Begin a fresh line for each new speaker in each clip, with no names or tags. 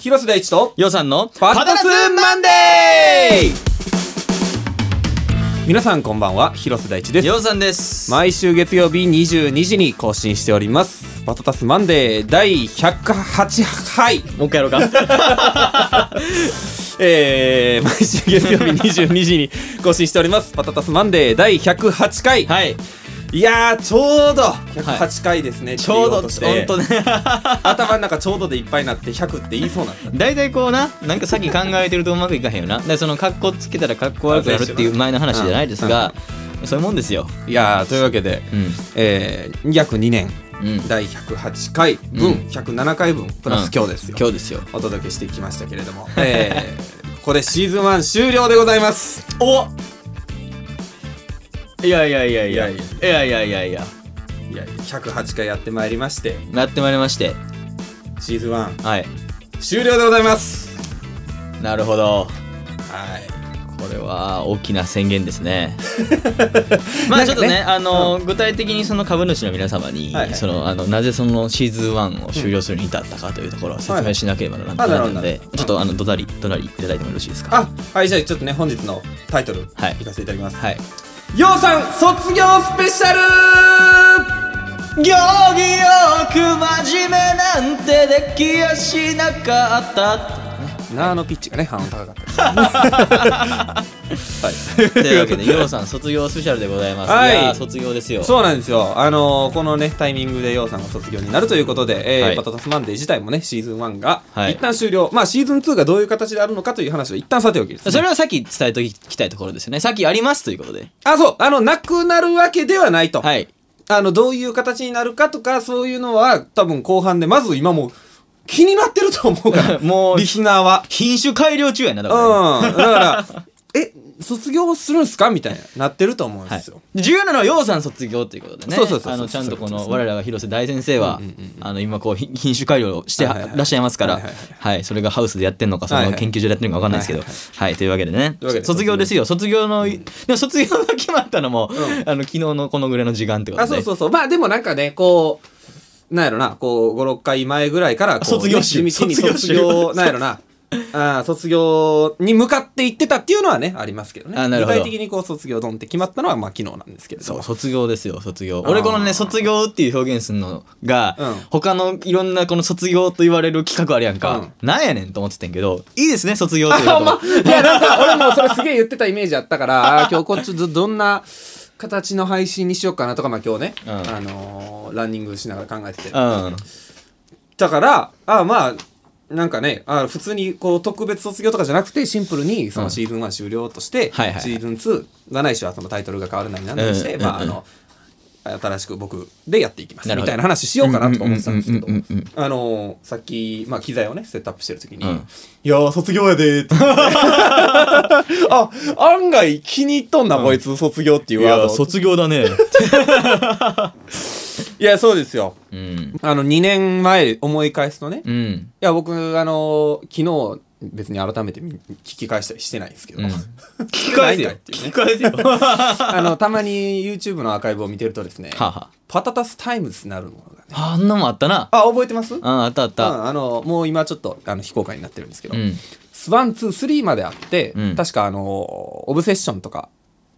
広瀬大地と
ヨウさんの
パタスマンデー皆さんこんばんは広瀬大地です
ヨウさんです。
毎週月曜日22時に更新しておりますパタタスマンデー第108回
もう一回や ろうか。
えー、毎週月 曜日22時に更新しておりますパタタスマンデー第108回、
はい。
い、やーちょうど108回ですね、
ちょうど、
って言お
ほんと
うとして
ね。
頭の中ちょうどでいっぱいになって100って言いそうになった
大体こうな、なんかさっき考えてるとうまくいかへんよな。で、その格好つけたら格好悪くなるっていう前の話じゃないですが、そういうもんですよ。
いやーというわけで、
うん。
えー、約2年
うん。
第108回分、
うん
107回分プラス今日ですよ、
今日ですよ。
お届けしてきましたけれども、えー、ここでシーズン1終了でございます
おいやいやいやいや。
い
い
や
やいやいやいや。
いや108回やってまいりまして
なってまいりまして。
シーズン1
はい。
終了でございます
なるほど。
はい
これは大きな宣言です ね。まあちょっとね、
なん
あの、具体的にその株主の皆様に、
はいはい
そのあのなぜそのシーズン1を終了するに至ったかというところを説明しなければならな
はい
い
あな
の
る
で
ほ、ど
ちょっとあのどなりどなりいただいてもよろしいですか。
あはいじゃあちょっとね本日のタイトル、
はい
かせていただきます
はい。
ようさん卒業スペシャル
行儀よく真面目なんてできやしなかった。
なあのピッチがね半音高かったですはい
というわけで、 ようさん卒業スペシャルでございます。
はい
いやー卒業ですよ。
そうなんですよ。あのーこのね、タイミングでようさんが卒業になるということで、えー
はい
パタタスマンデー自体もね、シーズン1が、
はい
一旦終了。まあ、シーズン2がどういう形であるのかという話は一旦さておきです、ね。
それはさっき伝えておきたいところですよね。さっきありますということで。
あ、そう。あの、なくなるわけではないと。
はい。
あの、どういう形になるかとか、そういうのは、多分後半で、まず今もう気になってると思うから、
もう
リスナーは。
品種改良中やな、だからね
うん。だから、 え、卒業するんすかみたいな、なってると思うんですよ。
はい、重要なのは洋さん卒業ということでね
そうそうそうそう
あのちゃんと
そういうこ
こ
とで
の
すね
我らが広瀬大先生は、
うんうん
あの今こうひ品種改良をして
はいはいはい
らっしゃいますから、
は
はいい
はい
それがハウスでやってんのかそ
はい
の
はい
研究所でやってるのか分かんないですけど、
は
はいいというわけでね
というわけで
卒業ですよ卒業の、でも卒業が決まったのも、
ん
あの昨日のこのぐらいの時間ってこと
あ
で
そうそうそうまあでもなんかねこうなんやろなこう56回前ぐらいからこう
卒業集
ね地道に
卒業
卒
集
業なんやろなあー卒業に向かっていってたっていうのはねありますけどね
あなるほど
具体的にこう卒業ドンって決まったのはまあ昨日なんですけれど
そう
も
卒業ですよ卒業
あー
俺このね卒業っていう表現するのが、
うん
他のいろんなこの卒業と言われる企画あるやんか、なんやねんと思っててんけどいいですね卒業という言葉
あまいやなんか俺もそれすげえ言ってたイメージあったからあ ー今日こっちどどんな形の配信にしようかなとかまあ今日ね、
うん
あのーランニングしながら考えてて
うん
だからあまあなんかねあ普通にこう特別卒業とかじゃなくてシンプルにそのシーズン1終了として、
はいはいはい
シーズン2がないしはそのタイトルが変わるなりなんなりして、
うん
まああ
うん
の新しく僕でやっていきます
な
み
るほど
たいな話しようかなとか思ってたんですけど
うんうんうんうんうん
あのさっき、まあ、機材をねセットアップしてる時に「
うん
いやー卒業やで」っ て言ってあ案外気に入っとんな、こいつ卒業っていう
い
ワード
や卒業だね。
いやそうですよ
うん。
あの2年前思い返すとね、
うん。
いや僕あの昨日別に改めて見聞き返したりしてないんですけど、
聞き
返
返
せ
せ
よ
よ。 聞き返せよ。は
あのたまに YouTube のアーカイブを見てるとですね
あは
パタタスタイムズになるものがね
あ。あんなもんあったな。
あ覚えてますうん
ああったあった。
あのもう今ちょっとあの非公開になってるんですけど、
うん。
スワンツースリーまであって、
うん
確かあのオブセッションとか、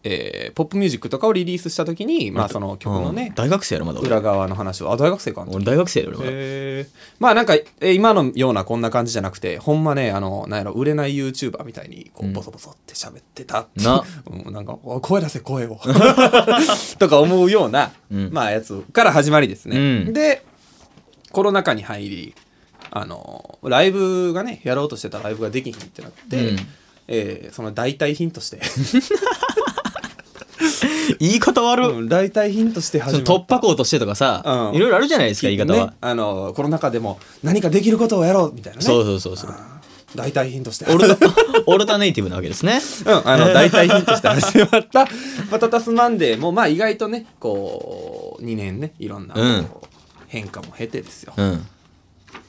えーポップミュージックとかをリリースした時に、まあ、その曲の
うん
ね、
大学生やろまだ俺。
裏側の話をあ大学生かな
俺大学生やろ俺まだ。
へーまあなんか、えー今のようなこんな感じじゃなくてほんまねあのなんやろ売れない YouTuber みたいにこうボソボソって喋ってたって、
な
うん、なんかお声出せ声 を とか思うような、
うん
まあやつから始まりですね、
うん
でコロナ禍に入りあのライブがねやろうとしてたライブができひんってなって、
うん
えーその代替品として
言い方悪い。
うん代替品として
そ
始
の
まっ
突破口としてとかさ
う、ん
いろいろあるじゃないですか言い方
ね
は。
あのコロナ禍でも何かできることをやろうみたいなね
そうそうそう そう。
代替品として
オル タオルタネイティブなわけですね。
うん、あの、大体ヒントして始まった、パタタスマンデーも、まあ意外とね、こう、2年ね、いろんな、こう
うん
変化も経てですよ。
うん。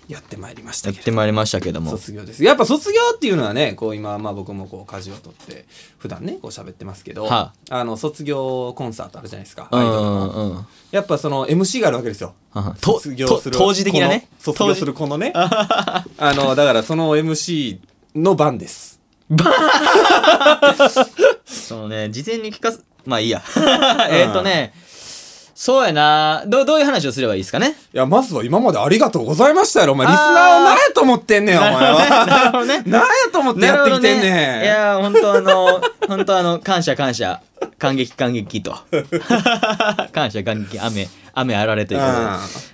やってまいりました
やっ
けれ
て
ど
まいりましたけども
卒業ですやっぱ卒業っていうのはねこう今まあ僕もこう舵を取って普段ねこう喋ってますけど、
は
あの卒業コンサートあるじゃないですか、
う
アイドルの
んうんうん
やっぱその MC があるわけですよ
はと
卒業する
と当時的なね
この卒業するこのねあのだからその MC の番です
そのね事前に聞かすまあいいや えっとねそうやなどうどういう話をすればいいですかね
いやまずは今までありがとうございましたやろお前リスナーを何やと思ってんねんお前は
なるほどね
何やと思ってやってきてんねん
いやー本当あの 本当あの感謝感謝感激感激と 感謝感激雨雨あられということで
うん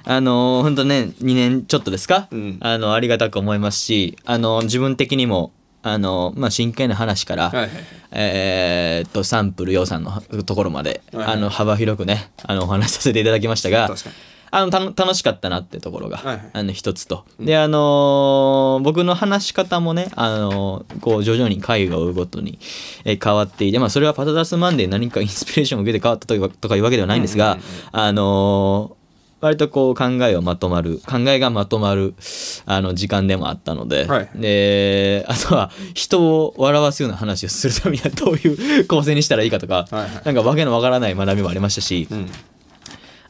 あのー本当ね2年ちょっとですか、
うん
あのありがたく思いますしあの自分的にもあのまあ真剣な話から、
はいはいはい
えーっとサンプル洋さんのところまで、
はいはい
あの幅広くねあのお話しさせていただきましたが
確かに
あのたの楽しかったなってところが、
はいはい
あの一つと、であのー僕の話し方もね、あのーこう徐々に回が追うごとに、えー変わっていて、まあ、それはパタダスマンデー何かインスピレーションを受けて変わったとかとかいうわけではないんですが、あのー割とこう考えをまとまる考えがまとまるあの時間でもあったので、
はい
であとは人を笑わすような話をするためにはどういう構成にしたらいいかとか、
はいはい
なんかわけのわからない学びもありましたし、
うん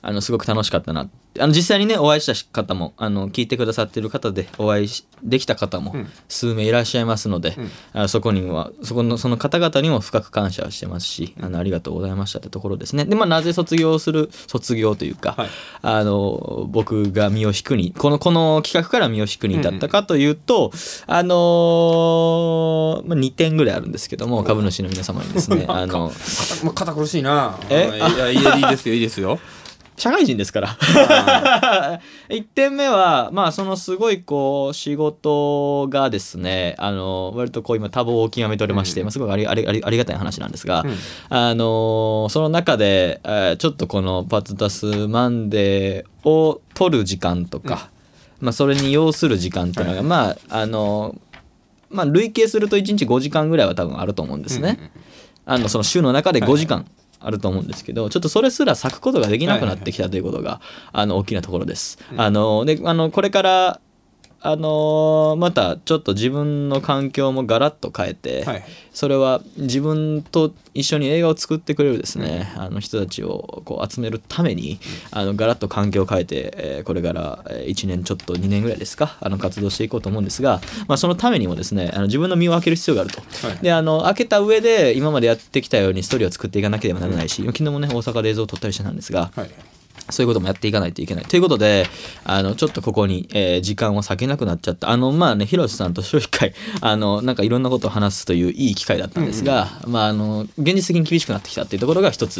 あのすごく楽しかったなあの実際にねお会いした方もあの聞いてくださってる方でお会いしできた方も数名いらっしゃいますので、あのそこにはそこのその方々にも深く感謝をしてますしあのありがとうございましたってところですねでまあなぜ卒業する卒業というか、
はい
あの僕が身を引くにこのこの企画から身を引くに至ったかというと、あのーまあ、2点ぐらいあるんですけども株主の皆様にです ねあの
肩まあ肩苦しいな
え
はいいやいやいいですよいいです よ
社会人ですから1点目はまあそのすごいこう仕事がですねあの割とこう今多忙を極めておりまして、まあ、すごいありありありありがたい話なんですが、あのその中で、えーちょっとこの「パツタスマンデー」を取る時間とか、まあ、それに要する時間っていうのが、まああのまあ累計すると1日5時間ぐらいは多分あると思うんですね。あのその週の中で5時間あると思うんですけど、ちょっとそれすら咲くことができなくなってきたということが、あの大きなところです。あのであのこれからあのーまたちょっと自分の環境もガラッと変えて、
はい
それは自分と一緒に映画を作ってくれるですね、あの人たちをこう集めるためにあのガラッと環境を変えて、えーこれから1年ちょっと2年ぐらいですかあの活動していこうと思うんですが、まあ、そのためにもですねあの自分の身を開ける必要があると、
はい
であの開けた上で今までやってきたようにストーリーを作っていかなければならないし、昨日もね大阪で映像を撮ったりしてたんですが、
はい
そういうこともやっていかないといけない。ということで、あの、ちょっとここに、えー時間を割けなくなっちゃった。あの、まあね、広瀬さんと正直会、あの、なんかいろんなことを話すといういい機会だったんですが、まあ、あの、現実的に厳しくなってきたっていうところが一つ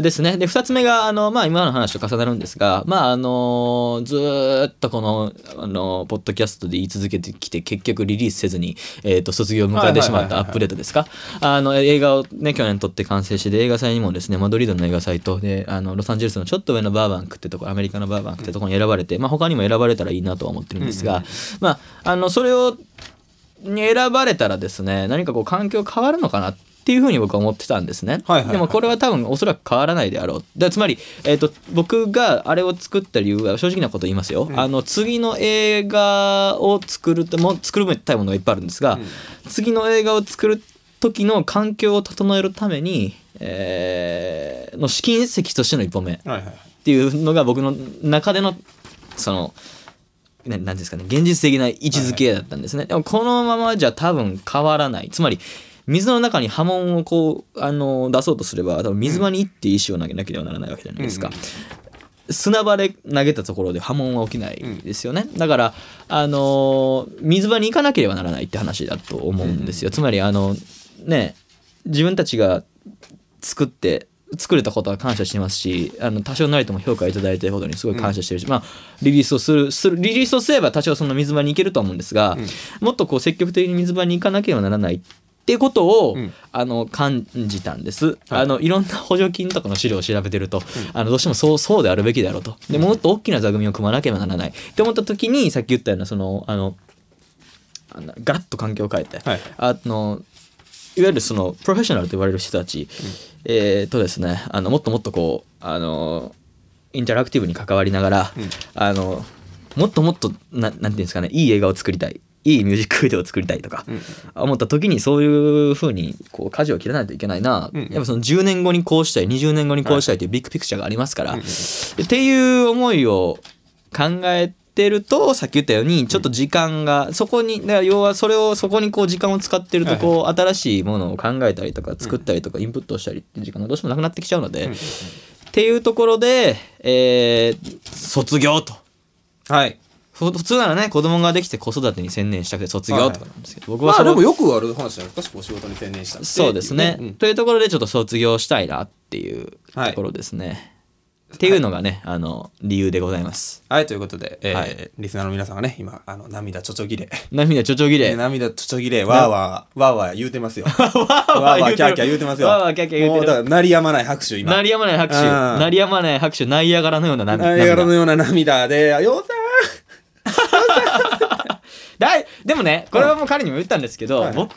ですね。で、二つ目が、あの、まあ、今の話と重なるんですが、まあ、あの、ずーっとこの、あの、ポッドキャストで言い続けてきて、結局リリースせずに、えっ、と、卒業を迎えてしまったアップデートですか。あの、映画をね、去年撮って完成して、で映画祭にもですね、マドリードの映画祭と、で、あの、ロサンゼルスのちょっと上のバーバンクってところ、アメリカのバーバンクってところに選ばれて、まあ、他にも選ばれたらいいなとは思ってるんですが、まあ、あの、それを、に選ばれたらですね、何かこう、環境変わるのかなっていうふうに僕は思ってたんですね。
はいはいはい
でも、これは多分おそらく変わらないであろう。だつまり、えっ、と、僕があれを作った理由は正直なこと言いますよ。あの、次の映画を作ると、もう作るべたいものがいっぱいあるんですが、次の映画を作る時の環境を整えるために、えーの試金石としての一歩目っ
はいはい
ていうのが僕の中での、その、ななんていうんですかね現実的な位置づけだったんですね、でもこのままじゃ多分変わらないつまり水の中に波紋をこうあの出そうとすれば多分水場に行って石を投げなければならないわけじゃないですか、砂場で投げたところで波紋は起きないですよね、だからあのー水場に行かなければならないって話だと思うんですよ、つまりあのね自分たちが作って作れたことは感謝してますしあの多少なりとも評価いただいてることにすごい感謝してるし、まあリリースをするするリリースをすれば多少その水場に行けるとは思うんですが、もっとこう積極的に水場に行かなければならないっていうことを、
ん
あの感じたんです、あのいろんな補助金とかの資料を調べてると、あのどうしてもそうそうであるべきだろうとでもっと大きな座組を組まなければならないって思った時にさっき言ったようなそのあのあのガラッと環境を変えて、
はい
あのいわゆるそのプロフェッショナルと言われる人たち、えーとですねあのもっともっとこうあのインタラクティブに関わりながら、あのもっともっとななんていうんですかねいい映画を作りたいいいミュージックビデオを作りたいとか、思った時にそういうふうにこう舵を切らないといけないな、
うん
やっぱその10年後にこうしたい20年後にこうしたいというビッグピクチャーがありますから、っていう思いを考えてるとさっき言ったようにちょっと時間が、そこにだから要はそれをそこにこう時間を使ってるとこう、新しいものを考えたりとか作ったりとかインプットしたりっていう時間がどうしてもなくなってきちゃうので、っていうところで、えー卒業と。
はい
ふ普通ならね子供ができて子育てに専念したくて卒業とかなんですけど、僕
まあ
その
でもよくある話じゃないですかお仕事に専念したって
そうですね、
うん
というところでちょっと卒業したいなっていうと
はい
ころですね、っていうのがねあの理由でございます
はいということで、えー
はい
リスナーの皆さんがね今あの涙ちょちょぎれ
涙ちょちょぎれ、
涙ちょちょぎれわーわーわーわー言うてますよわー
わー
わーキャーキャー言うてますよ
わーわーキャーキャー言うてる
もだから鳴りやまない拍手今
鳴りやまない拍手
うん
鳴りやまない拍手ナイアガラのような涙
鳴りやまないのような涙で「ようさ
だいでもねこれはもう彼にも言ったんですけど、
はい
僕のポ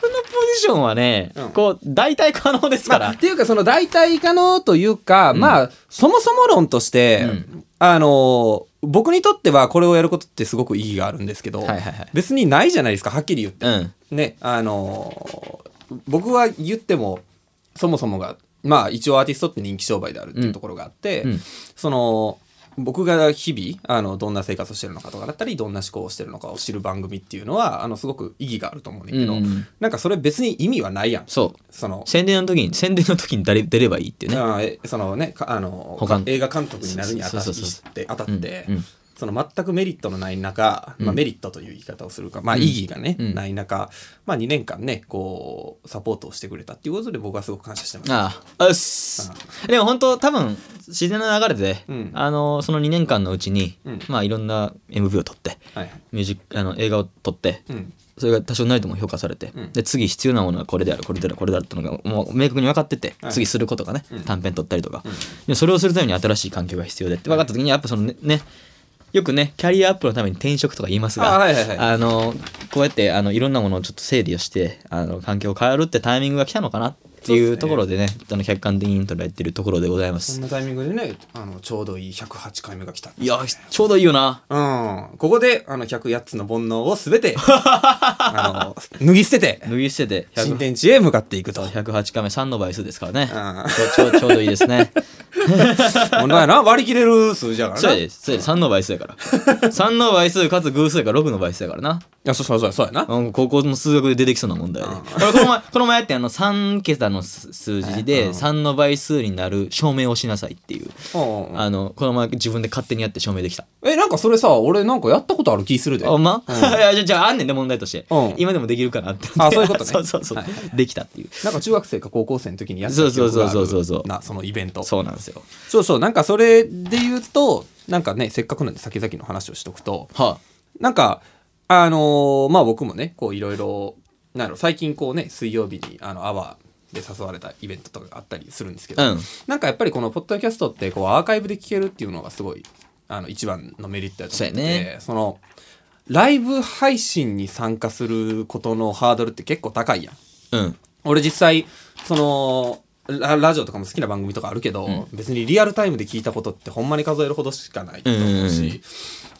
ジションはね、
うん
こう大体可能ですから、
まあ、っていうかその代替可能というか、まあそもそも論として、
うん
あの僕にとってはこれをやることってすごく意義があるんですけど、
はいはいはい
別にないじゃないですかはっきり言って。
うん
ねあの僕は言ってもそもそもがまあ一応アーティストって人気商売であるっていうところがあって、
うんうん
その僕が日々あのどんな生活をしてるのかとかだったりどんな思考をしてるのかを知る番組っていうのはあのすごく意義があると思うんだけど、
うんうん
なんかそれ別に意味はないやん。
そう
その
宣伝の時に宣伝の時に誰出ればいいっていうね、
ああえそのねかあの
他の
映画監督になるにあたっ
そうそうそうそ
て当たって、
うんうん
その全くメリットのない中、まあ、メリットという言い方をするか、まあ、意義がね、
うん
ない中、まあ、2年間ねこうサポートをしてくれたっていうことで僕はすごく感謝してます。
ああうっすでも本当多分自然な流れで、
うん
あのその2年間のうちに、
うん
まあいろんな MV を撮って
はい
ミュージックあの映画を撮って、
うん
それが多少なりとも評価されて、
うん
で次必要なものはこれであるこれであるこれであるってのがもう明確に分かってて、
はい
次することがね、
うん
短編撮ったりとか、でそれをするために新しい環境が必要でって分かった時にやっぱそのねねよくねキャリアアップのために転職とか言いますが
あはいはいはい
あのこうやってあのいろんなものをちょっと整理をしてあの環境を変えるってタイミングが来たのかなって
そうっす
い
ね
うところでねあの客観的に捉えてるところでございま
そ
す
んなタイミングでねあのちょうどいい108回目が来た。
いやちょうどいいよな
うん、ここであの108つの煩悩をす べてあの脱ぎ捨てて
脱ぎ捨てて
新
100
天地へ向かっていくと。
108回目3の倍数ですからね
あ
ちょちょちょうどいいですね
問題やな割り切れる数字やから
そ
な。
う
い
やでそうやで3の倍数やから 3の倍数かつ偶数か6の倍数やからな
やそうそうそうそうやな。
うん高校の数学で出てきそうな問題やね俺この前この前やってあの3桁の数数字で3の倍数になる証明をしなさいっていう
うんうんうん
あのこの前自分で勝手にやって証明できた
え、なんかそれさ、俺なんかやったことある気するで。
あほんま、 いやじゃあじゃああんねんね問題として、
うん
今でもできるかなって
あそういうことね
そうそうそう、
はい
できたっていう
なんか中学生か高校生の時にやった記憶がある
そうそうそうそうそう
な、そのイベント。
そうなんですよ
そうそう、なんかそれで言うと、なんかね、せっかくなんで先々の話をしとくと、
は
なんか、あのーまあ僕もね、こういろいろ、なんやろ最近こうね、水曜日にあの、アワーで誘われたイベントとかがあったりするんですけど、
うん
なんかやっぱりこのポッドキャストってこうアーカイブで聞けるっていうのがすごい、あの、一番のメリットやと思ってて、
そうやね
その、ライブ配信に参加することのハードルって結構高いやん。
あうん
俺実際そのララジオとかも好きな番組とかあるけど、別にリアルタイムで聞いたことってほんまに数えるほどしかないと思うし、
うんうん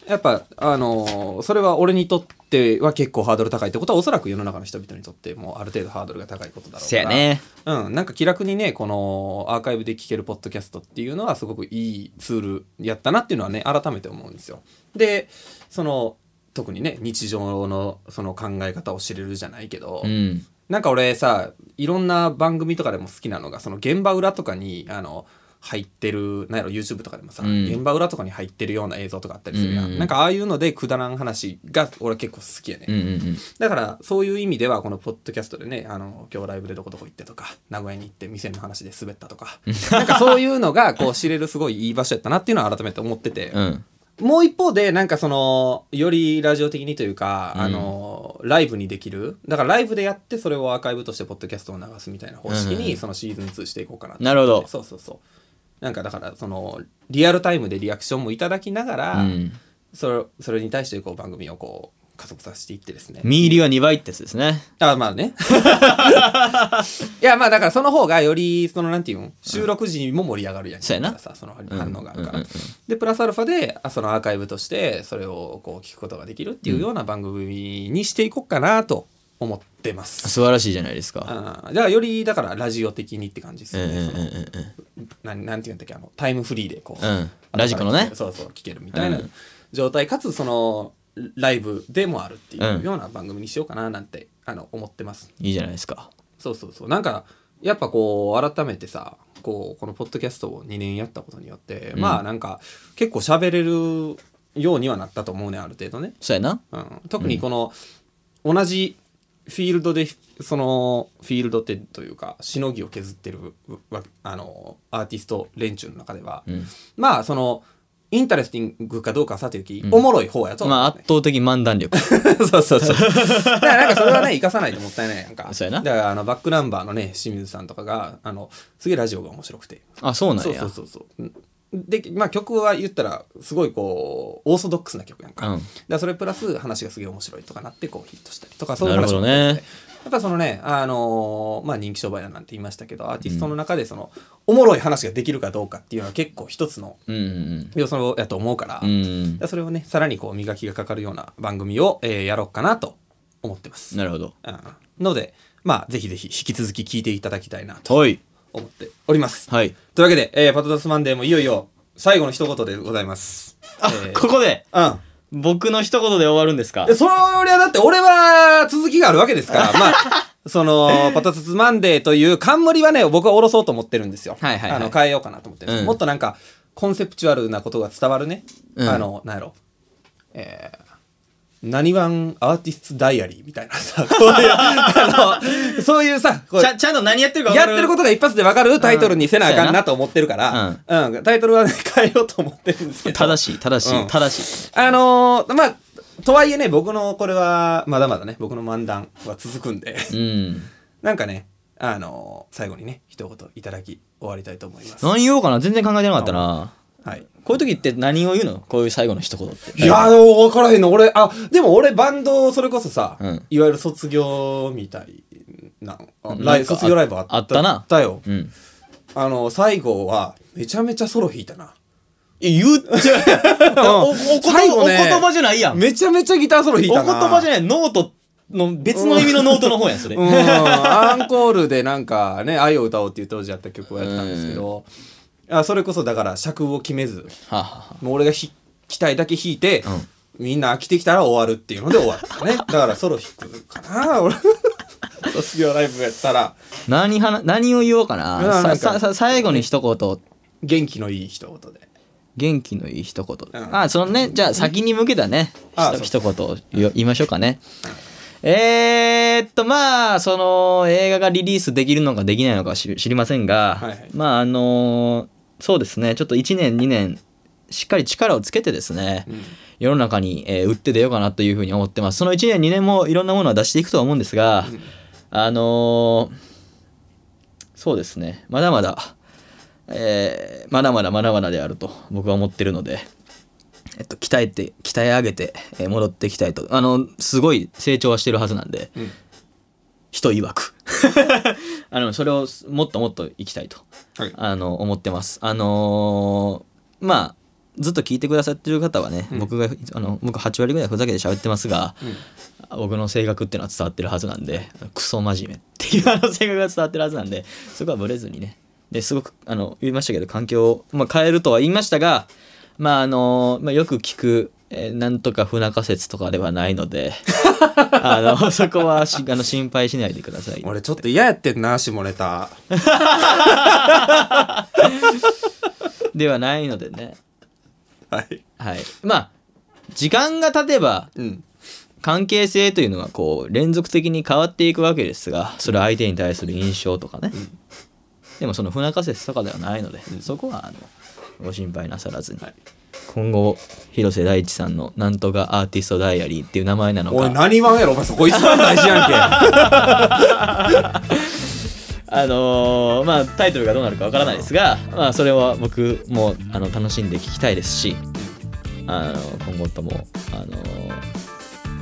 やっぱあのーそれは俺にとっては結構ハードル高いってことはおそらく世の中の人々にとってもうある程度ハードルが高いことだろう
せ
から
やね
うん、なんか気楽にねこのアーカイブで聴けるポッドキャストっていうのはすごくいいツールやったなっていうのはね改めて思うんですよ。でその特にね日常のその考え方を知れるじゃないけど、
うん
なんか俺さいろんな番組とかでも好きなのがその現場裏とかにあの入ってるなんやろ YouTube とかでもさ、
うん
現場裏とかに入ってるような映像とかあったりするやん、
うん
なんかああいうのでくだらん話が俺結構好きやね、
うんうんうん
だからそういう意味ではこのポッドキャストでねあの今日ライブでどこどこ行ってとか名古屋に行って店の話で滑ったとかなんかそういうのがこう知れるすごいいい場所やったなっていうのは改めて思って て、
うん
もう一方でなんかそのよりラジオ的にというか、
うん
あのライブにできるだからライブでやってそれをアーカイブとしてポッドキャストを流すみたいな方式
うんうんう
に
ん
そのシーズン2していこうかなと
なるほど
そうそうそうなんかだからそのリアルタイムでリアクションもいただきながら、
うん
それそれに対してこう番組をこう加速させていってですね
身入りは2倍ってやつですね。
あまあね いやまあだからその方がよりそのなんていうの収録時にも盛り上がるやん
そうやな
だからさその反応があるか
うんうんうんう
ら
ん
でプラスアルファであそのアーカイブとしてそれをこう聞くことができるっていうような番組にしていこうかなと思ってます、
素晴らしいじゃないです
あ
か。
あーじゃあよりだからラジオ的にって感じです
うんう
よ
んうん
ね、
うん
そのなんなんていうんだっけあのタイムフリーでこう、
うんラジコのね
そうそう聞けるみたいな
うん
状態、かつそのライブでもあるっていうんうような番組にしようかななんてあの思ってます
いいじゃないですか。
そうそうそうなんかやっぱこう改めてさこうこのポッドキャストを2年やったことによって、
うん
まあなんか結構喋れるようにはなったと思うねある程度ね、
そうやな。
うん、特にこの、同じフィールドでそのフィールドってというかしのぎを削ってるわあのアーティスト連中の中では、
うん
まあそのインタレスティングかどうかはさておき、おもろい方やとは
まあ
思うね
圧倒的漫談 力。
そう そうそう。だからなんかそれはね、生かさないともったいないやんか。
そうやな
だからあの、バックナンバーのね、清水さんとかが、あの、すげえラジオが面白くて。
あ、そうなん
そう
や。
そうそうそう。うんで、まあ曲は言ったら、すごいこう、オーソドックスな曲やんか。
うん
だからそれプラス話がすげえ面白いとかなって、こうヒットしたりとか、そういう
なる
話
ほど
も
ね
やっぱそのね、あのーまあ人気商売だなんて言いましたけど、アーティストの中でその、おもろい話ができるかどうかっていうのは結構一つの
うんうん
要素やと思うから、
うん。うん
だからそれをねさらにこう磨きがかかるような番組を、えーやろうかなと思ってます、
なるほど。
うんのでまあぜひぜひ引き続き聞いていただきたいなと
はい。
思っております、
はい。
というわけで、えーパトダスマンデーもいよいよ最後の一言でございます
あ
え、ー
ここで
うん
僕の一言で終わるんですか
えそれはだって俺は続きがあるわけです からまあそのパタツマンデーという冠はね僕は下ろそうと思ってるんですよ、
はいはいはい
あの変えようかなと思ってるんです、
うん
もっとなんかコンセプチュアルなことが伝わるね、
うん
あのなんやろえー何ワンアーティストダイアリーみたいなさ、 こういう、あの、そういうさ、こう
ちゃちゃんと何やってるか分
や
か
ってることが一発でわかるタイトルにせなあかんなと思ってるか
う
ら
ん、
うん、タイトルはね、変えようと思ってるんですけど。
正しい、正し
う
い、
ん
正しい。
あのーまあ、とはいえね、僕のこれは、まだまだね、僕の漫談は続くんで、
うん。
なんかね、あのー最後にね、一言いただき終わりたいと思います。は
何言おうかな全然考えてなかったな。
い。
こういう時って何を言うのこういう最後の一言って。
いやー、分からへんの。俺、あ、でも俺、バンド、それこそさ、
うん
いわゆる卒業みたいな、あ
ん
ライ
なん
ブ
か
卒業ライブあった
あったな
だよ。
うん。
あの、最後は、めちゃめちゃソロ弾いたな。
言っちゃおおおことお
最後ね
言葉じゃないやん。
めちゃめちゃギターソロ弾い
お
た
言
な。
葉じゃない、ノートの別の意味のノートの方やん、それ。
うん、アンコールでなんかね「愛を歌おう」っていう当時やった曲をやったんですけど、あそれこそだから尺を決めず
はあはあ
もう俺がひ期待だけ弾いて、みんな飽きてきたら終わるっていうので終わった ねだからソロ弾くかな俺 卒業ライブやったら
何話何を言おうか
いや
な
なん
さ
か
ささ最後に一言
元気のいい一言で
元気のいい一言、
うん
あそのねじゃあ先に向けたね
あ
ひと一言を言お言いましょうかねえー、っとまあその映画がリリースできるのかできないのかは知知りませんが、
はいはい
まああのそうですねちょっと1年2年しっかり力をつけてですね、世の中に、えー売って出ようかなというふうに思ってますその1年2年もいろんなものは出していくとは思うんですが、あのーそうですねまだまだ、えーまだまだまだまだであると僕は思ってるので、えっと、鍛えて鍛え上げて、えー戻っていきたいとあのすごい成長はしてるはずなんで、
ん
人曰く あのそれをもっともっといきたいと
はい
あの思ってますあのーまあずっと聞いてくださってる方はね、僕があの僕8割ぐらいふざけて喋ってますが、僕の性格っていうのは伝わってるはずなんでクソ真面目っていうあの性格が伝わってるはずなんでそこはブレずにねですごくあの言いましたけど環境を、まあ、変えるとは言いましたがまああのーまあ、よく聞く、えーなんとか不仲説とかではないのであのそこはしあの心配しないでください
俺ちょっと嫌やってんな下ネタ
ではないのでね
はい
はいまあ時間が経てば
うん
関係性というのはこう連続的に変わっていくわけですがそれは相手に対する印象とかね、 でもその不仲説とかではないので、そこはあのご心配なさらずに、
はい
今後広瀬大地さんの「なんとかアーティストダイアリー」っていう名前なの
俺
か
何番やろお前そこ一番大事やんけ
あのーまあタイトルがどうなるかわからないですが、まあ、それは僕もあの楽しんで聞きたいですしあの今後ともあのー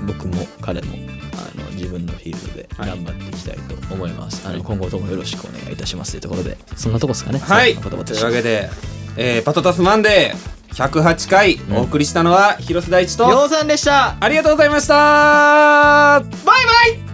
僕も彼もあの自分のフィールドで
はい
頑張っていきたいと思います、あの今後ともよろしくお願いいたしますというところでそんなとこですかね
はい
最後の言葉
と
と
い
し
う
て
わけで、えーパトタスマンデー108回お送りしたのは広瀬大地と、
ようさんでした
ありがとうございましたバイバイ